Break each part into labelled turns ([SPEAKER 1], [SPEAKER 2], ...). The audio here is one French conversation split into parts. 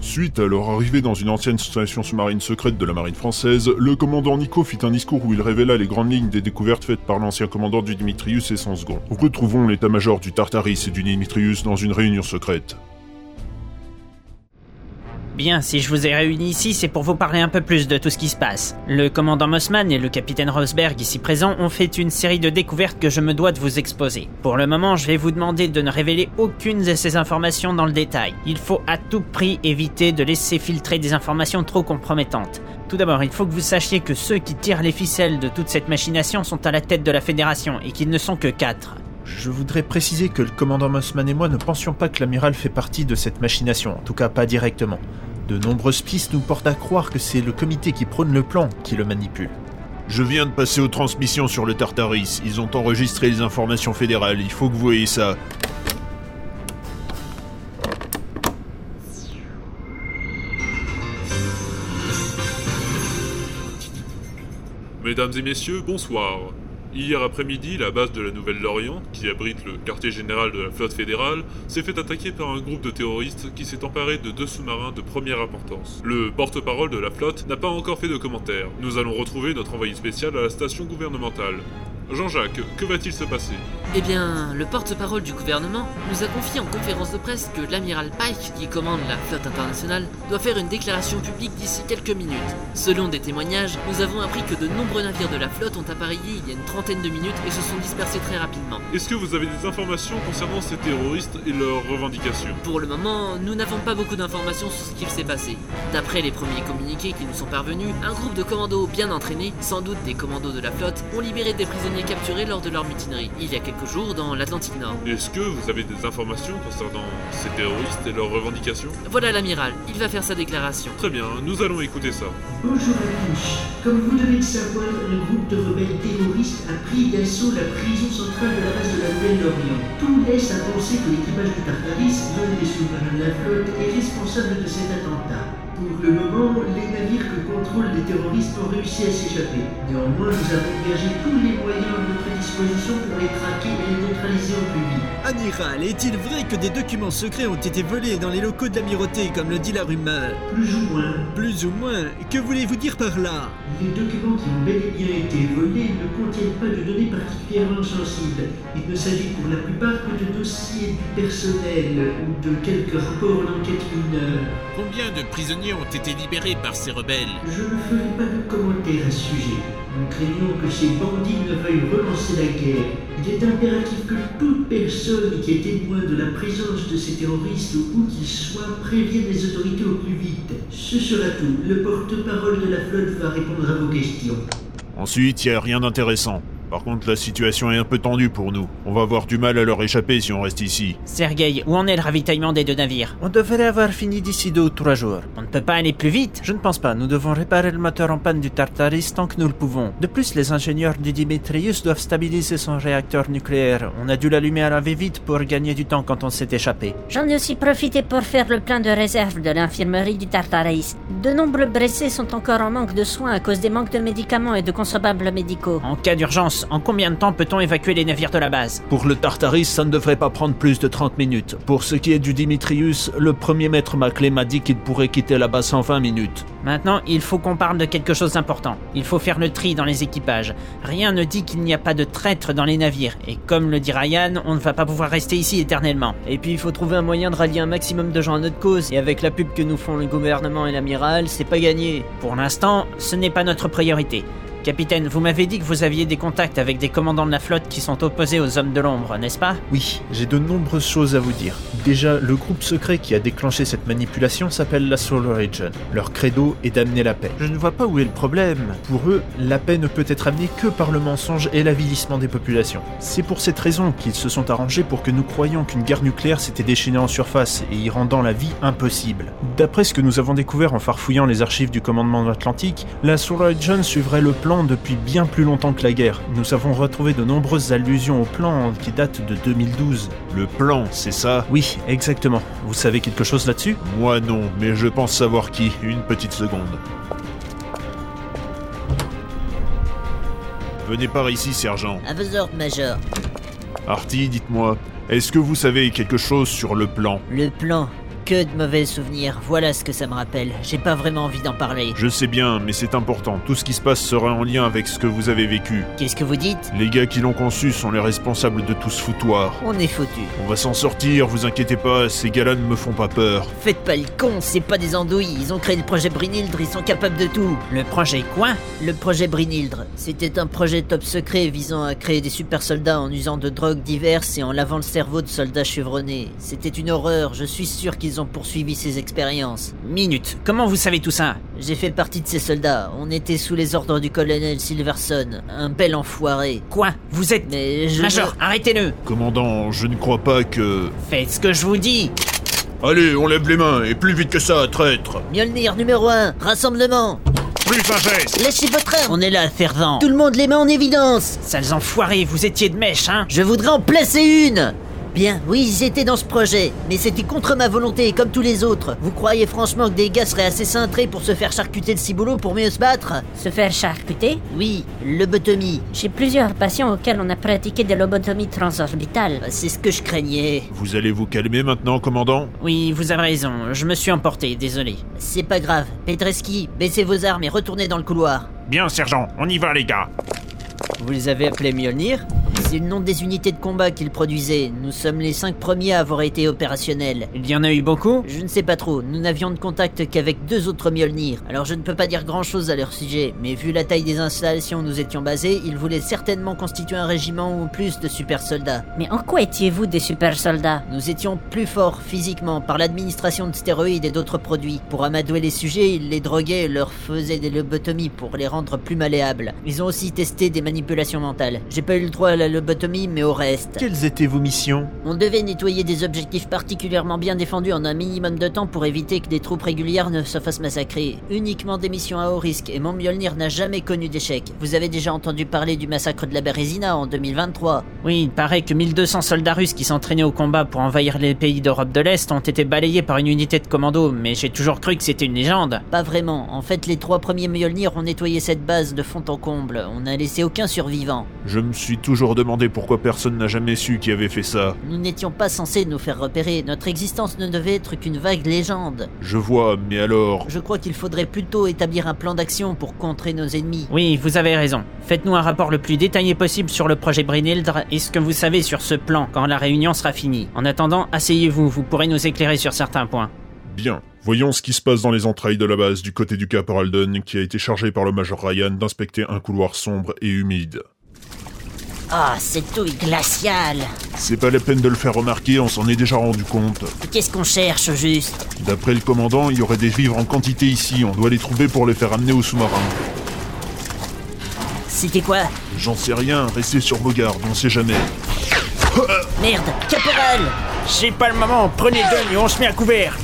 [SPEAKER 1] Suite à leur arrivée dans une ancienne station sous-marine secrète de la marine française, le commandant Nico fit un discours où il révéla les grandes lignes des découvertes faites par l'ancien commandant du Dimitrius et son second. Retrouvons l'état-major du Tartaris et du Dimitrius dans une réunion secrète.
[SPEAKER 2] Bien, si je vous ai réunis ici, c'est pour vous parler un peu plus de tout ce qui se passe. Le commandant Mossman et le capitaine Rosberg ici présents ont fait une série de découvertes que je me dois de vous exposer. Pour le moment, je vais vous demander de ne révéler aucune de ces informations dans le détail. Il faut à tout prix éviter de laisser filtrer des informations trop compromettantes. Tout d'abord, il faut que vous sachiez que ceux qui tirent les ficelles de toute cette machination sont à la tête de la Fédération et qu'ils ne sont que quatre.
[SPEAKER 3] Je voudrais préciser que le commandant Mossman et moi ne pensions pas que l'amiral fait partie de cette machination, en tout cas pas directement. De nombreuses pistes nous portent à croire que c'est le comité qui prône le plan qui le manipule.
[SPEAKER 4] Je viens de passer aux transmissions sur le Tartaris. Ils ont enregistré les informations fédérales. Il faut que vous ayez ça.
[SPEAKER 5] Mesdames et messieurs, bonsoir. Hier après-midi, la base de la Nouvelle-Lorient, qui abrite le quartier général de la flotte fédérale, s'est fait attaquer par un groupe de terroristes qui s'est emparé de deux sous-marins de première importance. Le porte-parole de la flotte n'a pas encore fait de commentaires. Nous allons retrouver notre envoyé spécial à la station gouvernementale. Jean-Jacques, que va-t-il se passer
[SPEAKER 6] Eh bien, le porte-parole du gouvernement nous a confié en conférence de presse que l'amiral Pike, qui commande la flotte internationale, doit faire une déclaration publique d'ici quelques minutes. Selon des témoignages, nous avons appris que de nombreux navires de la flotte ont appareillé il y a une trentaine de minutes et se sont dispersés très rapidement.
[SPEAKER 5] Est-ce que vous avez des informations concernant ces terroristes et leurs revendications
[SPEAKER 6] Pour le moment, nous n'avons pas beaucoup d'informations sur ce qu'il s'est passé. D'après les premiers communiqués qui nous sont parvenus, un groupe de commandos bien entraînés, sans doute des commandos de la flotte, ont libéré des prisonniers capturés lors de leur mutinerie, il y a quelques jours dans l'Atlantique Nord.
[SPEAKER 5] Est-ce que vous avez des informations concernant ces terroristes et leurs revendications
[SPEAKER 6] Voilà l'amiral, il va faire sa déclaration.
[SPEAKER 5] Très bien, nous allons écouter ça.
[SPEAKER 7] Bonjour à tous. Comme vous devez le savoir, le groupe de rebelles terroristes a pris d'assaut la prison centrale de la base de la Nouvelle-Orient. Tout laisse à penser que l'équipage du Tartaris, l'un des souverains de la flotte, est responsable de cet attentat. Pour le moment, les navires que contrôlent les terroristes ont réussi à s'échapper. Néanmoins, nous avons engagé tous les moyens à notre disposition pour les traquer et les neutraliser au plus vite.
[SPEAKER 8] Amiral, est-il vrai que des documents secrets ont été volés dans les locaux de l'amirauté, comme le dit la rumeur
[SPEAKER 7] Plus ou moins,
[SPEAKER 8] Plus ou moins, que voulez-vous dire par là
[SPEAKER 7] Les documents qui ont bel et bien été volés ne contiennent pas de données particulièrement sensibles. Il ne s'agit pour la plupart que de dossiers du personnel ou de quelques rapports d'enquête mineure.
[SPEAKER 9] Combien de prisonniers ont été libérés par ces rebelles
[SPEAKER 7] Je ne ferai pas de commentaire à ce sujet. Nous craignons que ces bandits ne veuillent relancer la guerre. Il est impératif que toute personne qui est témoin de la présence de ces terroristes, où qu'ils soient, prévienne les autorités au plus vite. Ce sera tout. Le porte-parole de la flotte va répondre à vos questions.
[SPEAKER 4] Ensuite, il n'y a rien d'intéressant. Par contre, la situation est un peu tendue pour nous. On va avoir du mal à leur échapper si on reste ici.
[SPEAKER 2] Sergueï, où en est le ravitaillement des deux navires
[SPEAKER 3] On devrait avoir fini d'ici deux ou trois jours.
[SPEAKER 2] On ne peut pas aller plus vite
[SPEAKER 3] Je ne pense pas, nous devons réparer le moteur en panne du Tartaris tant que nous le pouvons. De plus, les ingénieurs du Dimitrius doivent stabiliser son réacteur nucléaire. On a dû l'allumer à la va-vite pour gagner du temps quand on s'est échappé.
[SPEAKER 10] J'en ai aussi profité pour faire le plein de réserve de l'infirmerie du Tartaris. De nombreux blessés sont encore en manque de soins à cause des manques de médicaments et de consommables médicaux.
[SPEAKER 2] En cas d'urgence, en combien de temps peut-on évacuer les navires de la base
[SPEAKER 3] Pour le Tartaris, ça ne devrait pas prendre plus de 30 minutes. Pour ce qui est du Dimitrius, le premier maître Maclay m'a dit qu'il pourrait quitter la base en 20 minutes.
[SPEAKER 2] Maintenant, il faut qu'on parle de quelque chose d'important. Il faut faire le tri dans les équipages. Rien ne dit qu'il n'y a pas de traîtres dans les navires, et comme le dit Ryan, on ne va pas pouvoir rester ici éternellement.
[SPEAKER 11] Et puis il faut trouver un moyen de rallier un maximum de gens à notre cause, et avec la pub que nous font le gouvernement et l'amiral, c'est pas gagné.
[SPEAKER 2] Pour l'instant, ce n'est pas notre priorité. Capitaine, vous m'avez dit que vous aviez des contacts avec des commandants de la flotte qui sont opposés aux hommes de l'ombre, n'est-ce pas
[SPEAKER 3] Oui, j'ai de nombreuses choses à vous dire. Déjà, le groupe secret qui a déclenché cette manipulation s'appelle la Soul Region. Leur credo est d'amener la paix. Je ne vois pas où est le problème. Pour eux, la paix ne peut être amenée que par le mensonge et l'avilissement des populations. C'est pour cette raison qu'ils se sont arrangés pour que nous croyions qu'une guerre nucléaire s'était déchaînée en surface et y rendant la vie impossible. D'après ce que nous avons découvert en farfouillant les archives du commandement atlantique, la Soul Region suivrait le plan depuis bien plus longtemps que la guerre. Nous avons retrouvé de nombreuses allusions au plan qui datent de 2012.
[SPEAKER 4] Le plan, c'est ça
[SPEAKER 3] Oui, exactement. Vous savez quelque chose là-dessus
[SPEAKER 4] Moi non, mais je pense savoir qui. Une petite seconde. Venez par ici, sergent.
[SPEAKER 12] À vos ordres, Major.
[SPEAKER 4] Artie, dites-moi, est-ce que vous savez quelque chose sur le plan
[SPEAKER 12] Le plan
[SPEAKER 10] que de mauvais souvenirs, voilà ce que ça me rappelle. J'ai pas vraiment envie d'en parler.
[SPEAKER 4] Je sais bien, mais c'est important. Tout ce qui se passe sera en lien avec ce que vous avez vécu.
[SPEAKER 10] Qu'est-ce que vous dites
[SPEAKER 4] Les gars qui l'ont conçu sont les responsables de tout ce foutoir.
[SPEAKER 10] On est foutus.
[SPEAKER 4] On va s'en sortir, vous inquiétez pas, ces gars-là ne me font pas peur.
[SPEAKER 10] Faites pas le con, c'est pas des andouilles, ils ont créé le projet Brinildre, ils sont capables de tout.
[SPEAKER 2] Le projet quoi
[SPEAKER 10] Le projet Brinildre, c'était un projet top secret visant à créer des super soldats en usant de drogues diverses et en lavant le cerveau de soldats chevronnés. C'était une horreur, je suis sûr qu'ils ont poursuivi ces expériences.
[SPEAKER 2] Minute, comment vous savez tout ça
[SPEAKER 10] J'ai fait partie de ces soldats, on était sous les ordres du colonel Silverson, un bel enfoiré.
[SPEAKER 2] Quoi Vous êtes...
[SPEAKER 10] Mais je...
[SPEAKER 2] Major, arrêtez-le
[SPEAKER 4] Commandant, je ne crois pas que...
[SPEAKER 2] Faites ce que je vous dis
[SPEAKER 4] Allez, on lève les mains, et plus vite que ça, traître
[SPEAKER 10] Mjolnir numéro 1, rassemblement
[SPEAKER 4] Plus un geste
[SPEAKER 10] Lâchez votre arme
[SPEAKER 2] On est là, fervent
[SPEAKER 10] Tout le monde les met en évidence
[SPEAKER 2] Sales enfoirés, vous étiez de mèche, hein
[SPEAKER 10] Je voudrais en placer une Bien, oui, j'étais dans ce projet, mais c'était contre ma volonté, comme tous les autres. Vous croyez franchement que des gars seraient assez cintrés pour se faire charcuter de ciboulot pour mieux se battre
[SPEAKER 13] Se faire charcuter
[SPEAKER 10] Oui, lobotomie.
[SPEAKER 13] Chez plusieurs patients auxquels on a pratiqué des lobotomies transorbitales.
[SPEAKER 10] Bah, c'est ce que je craignais.
[SPEAKER 4] Vous allez vous calmer maintenant, commandant
[SPEAKER 2] Oui, vous avez raison, je me suis emporté, désolé.
[SPEAKER 10] C'est pas grave. Petreski, baissez vos armes et retournez dans le couloir.
[SPEAKER 4] Bien, sergent, on y va, les gars
[SPEAKER 10] Vous les avez appelés Mjolnir c'est le nom des unités de combat qu'ils produisaient. Nous sommes les cinq premiers à avoir été opérationnels.
[SPEAKER 2] Il y en a eu beaucoup
[SPEAKER 10] Je ne sais pas trop. Nous n'avions de contact qu'avec deux autres Mjolnir. Alors je ne peux pas dire grand chose à leur sujet, mais vu la taille des installations où nous étions basés, ils voulaient certainement constituer un régiment ou plus de super soldats.
[SPEAKER 13] Mais en quoi étiez-vous des super soldats
[SPEAKER 10] Nous étions plus forts physiquement par l'administration de stéroïdes et d'autres produits. Pour amadouer les sujets, ils les droguaient et leur faisaient des lobotomies pour les rendre plus malléables. Ils ont aussi testé des manipulations mentales. J'ai pas eu le droit à la lobotomie, mais au reste.
[SPEAKER 3] Quelles étaient vos missions
[SPEAKER 10] On devait nettoyer des objectifs particulièrement bien défendus en un minimum de temps pour éviter que des troupes régulières ne se fassent massacrer. Uniquement des missions à haut risque, et mon Mjolnir n'a jamais connu d'échec. Vous avez déjà entendu parler du massacre de la Bérésina en 2023.
[SPEAKER 2] Oui, il paraît que 1200 soldats russes qui s'entraînaient au combat pour envahir les pays d'Europe de l'Est ont été balayés par une unité de commando, mais j'ai toujours cru que c'était une légende.
[SPEAKER 10] Pas vraiment. En fait, les trois premiers Mjolnir ont nettoyé cette base de fond en comble. On n'a laissé aucun survivant.
[SPEAKER 4] Je me suis toujours demander pourquoi personne n'a jamais su qui avait fait ça.
[SPEAKER 10] Nous n'étions pas censés nous faire repérer, notre existence ne devait être qu'une vague légende.
[SPEAKER 4] Je vois, mais alors
[SPEAKER 10] Je crois qu'il faudrait plutôt établir un plan d'action pour contrer nos ennemis.
[SPEAKER 2] Oui, vous avez raison. Faites-nous un rapport le plus détaillé possible sur le projet Brinildre et ce que vous savez sur ce plan quand la réunion sera finie. En attendant, asseyez-vous, vous pourrez nous éclairer sur certains points.
[SPEAKER 14] Bien. Voyons ce qui se passe dans les entrailles de la base du côté du Caporal Dunn qui a été chargé par le Major Ryan d'inspecter un couloir sombre et humide.
[SPEAKER 11] Ah, cette douille glaciale
[SPEAKER 14] C'est pas la peine de le faire remarquer, on s'en est déjà rendu compte.
[SPEAKER 11] Qu'est-ce qu'on cherche au juste
[SPEAKER 14] D'après le commandant, il y aurait des vivres en quantité ici, on doit les trouver pour les faire amener au sous-marin.
[SPEAKER 11] C'était quoi
[SPEAKER 14] J'en sais rien, restez sur vos gardes, on sait jamais.
[SPEAKER 11] Merde, caporal
[SPEAKER 2] C'est pas le moment, prenez deux et on se met à couvert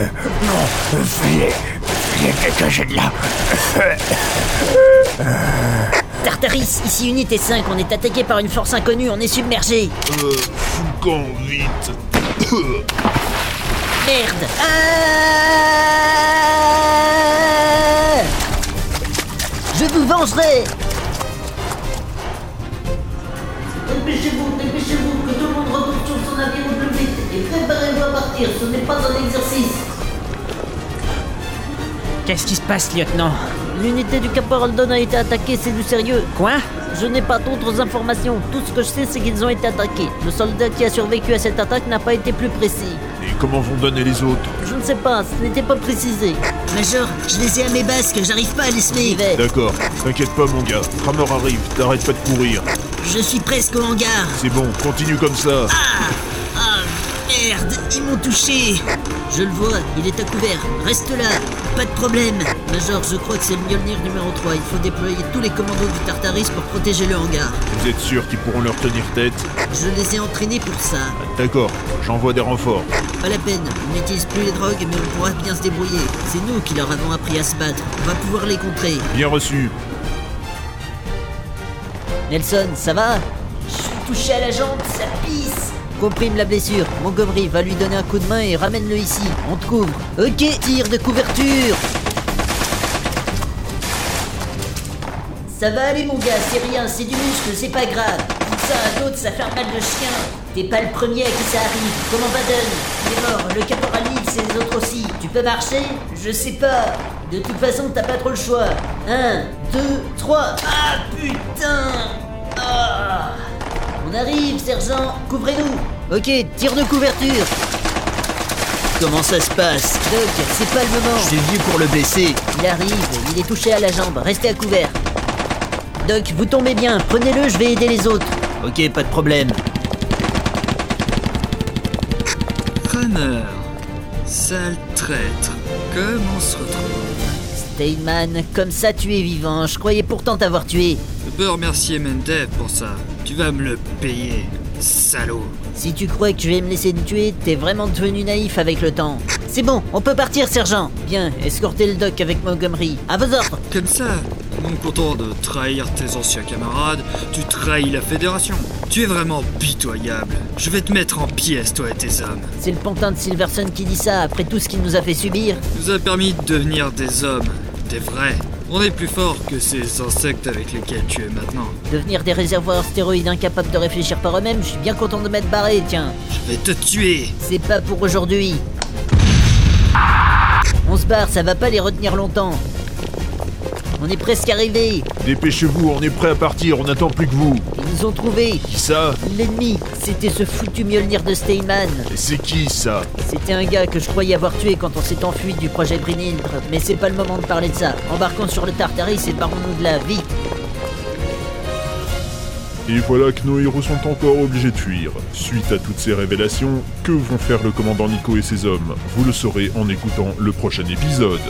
[SPEAKER 15] Non, fuyez Dégagez de là
[SPEAKER 11] Tartaris, ici unité 5, on est attaqué par une force inconnue, on est submergé
[SPEAKER 14] Euh, Foucan, vite
[SPEAKER 11] Merde Ah
[SPEAKER 10] Je vous vengerai
[SPEAKER 16] Dépêchez-vous, dépêchez-vous, que tout le monde retourne sur son navire au plus vite et préparez-vous à partir, ce n'est pas un exercice.
[SPEAKER 2] Qu'est-ce qui se passe, lieutenant
[SPEAKER 10] L'unité du Caporal Don a été attaquée, c'est du sérieux.
[SPEAKER 2] Quoi
[SPEAKER 10] Je n'ai pas d'autres informations. Tout ce que je sais, c'est qu'ils ont été attaqués. Le soldat qui a survécu à cette attaque n'a pas été plus précis.
[SPEAKER 4] Et comment vont donner les autres
[SPEAKER 10] Je ne sais pas, ce n'était pas précisé.
[SPEAKER 11] Major, je les ai à mes basques, j'arrive pas à les semer
[SPEAKER 4] D'accord, t'inquiète pas mon gars, Kramer arrive, t'arrêtes pas de courir.
[SPEAKER 11] Je suis presque au hangar
[SPEAKER 4] C'est bon, continue comme ça.
[SPEAKER 11] Ah Ah merde, ils m'ont touché
[SPEAKER 10] Je le vois, il est à couvert. Reste là, pas de problème. Major, je crois que c'est le Mjolnir numéro 3. Il faut déployer tous les commandos du Tartaris pour protéger le hangar.
[SPEAKER 4] Vous êtes sûr qu'ils pourront leur tenir tête
[SPEAKER 10] Je les ai entraînés pour ça.
[SPEAKER 4] D'accord, j'envoie des renforts.
[SPEAKER 10] Pas la peine, on n'utilise plus les drogues, mais on pourra bien se débrouiller. C'est nous qui leur avons appris à se battre. On va pouvoir les contrer.
[SPEAKER 4] Bien reçu.
[SPEAKER 10] Nelson, ça va
[SPEAKER 11] Je suis touché à la jambe, ça pisse
[SPEAKER 10] Comprime la blessure. Montgomery va lui donner un coup de main et ramène-le ici. On te couvre. Ok, tir de couverture
[SPEAKER 11] Ça va aller mon gars, c'est rien, c'est du muscle, c'est pas grave ça à d'autres, ça fait un mal de chien. T'es pas le premier à qui ça arrive. Comment Baden Il est mort, le caporal Leeds et les autres aussi. Tu peux marcher Je sais pas. De toute façon, t'as pas trop le choix. Un, deux, trois. Ah putain Ah. On arrive, sergent. Couvrez-nous. Ok, tir de couverture. Comment ça se passe Doc, c'est pas le moment. Je suis vieux pour le blesser. Il arrive, il est touché à la jambe. Restez à couvert. Doc, vous tombez bien. Prenez-le, je vais aider les autres. Ok, pas de problème.
[SPEAKER 6] Connard, sale traître, comment on se retrouve
[SPEAKER 11] Steinman, comme ça tu es vivant. Je croyais pourtant t'avoir tué.
[SPEAKER 6] Je peux remercier Mendev pour ça. Tu vas me le payer, salaud.
[SPEAKER 11] Si tu crois que je vais me laisser te tuer, t'es vraiment devenu naïf avec le temps. C'est bon, on peut partir, sergent. Bien, escortez le doc avec Montgomery. À vos ordres.
[SPEAKER 6] Comme ça, non content de trahir tes anciens camarades, tu trahis la fédération. Tu es vraiment pitoyable. Je vais te mettre en pièces, toi et tes hommes.
[SPEAKER 11] C'est le pantin de Silverson qui dit ça après tout ce qu'il nous a fait subir.
[SPEAKER 6] nous a permis de devenir des hommes, des vrais. On est plus fort que ces insectes avec lesquels tu es maintenant.
[SPEAKER 11] Devenir des réservoirs stéroïdes incapables de réfléchir par eux-mêmes, je suis bien content de m'être barré, tiens.
[SPEAKER 6] Je vais te tuer.
[SPEAKER 11] C'est pas pour aujourd'hui. On se barre, ça va pas les retenir longtemps. On est presque arrivé.
[SPEAKER 17] Dépêchez-vous, on est prêt à partir, on n'attend plus que vous.
[SPEAKER 11] Ils nous ont trouvés.
[SPEAKER 17] Qui ça
[SPEAKER 11] L'ennemi, c'était ce foutu Mjolnir de Steinman.
[SPEAKER 17] Et c'est qui ça
[SPEAKER 11] C'était un gars que je croyais avoir tué quand on s'est enfui du projet Brynhildr, mais c'est pas le moment de parler de ça. Embarquons sur le Tartaris et barrons-nous de là, vite.
[SPEAKER 4] Et voilà que nos héros sont encore obligés de fuir. Suite à toutes ces révélations, que vont faire le commandant Nico et ses hommes Vous le saurez en écoutant le prochain épisode.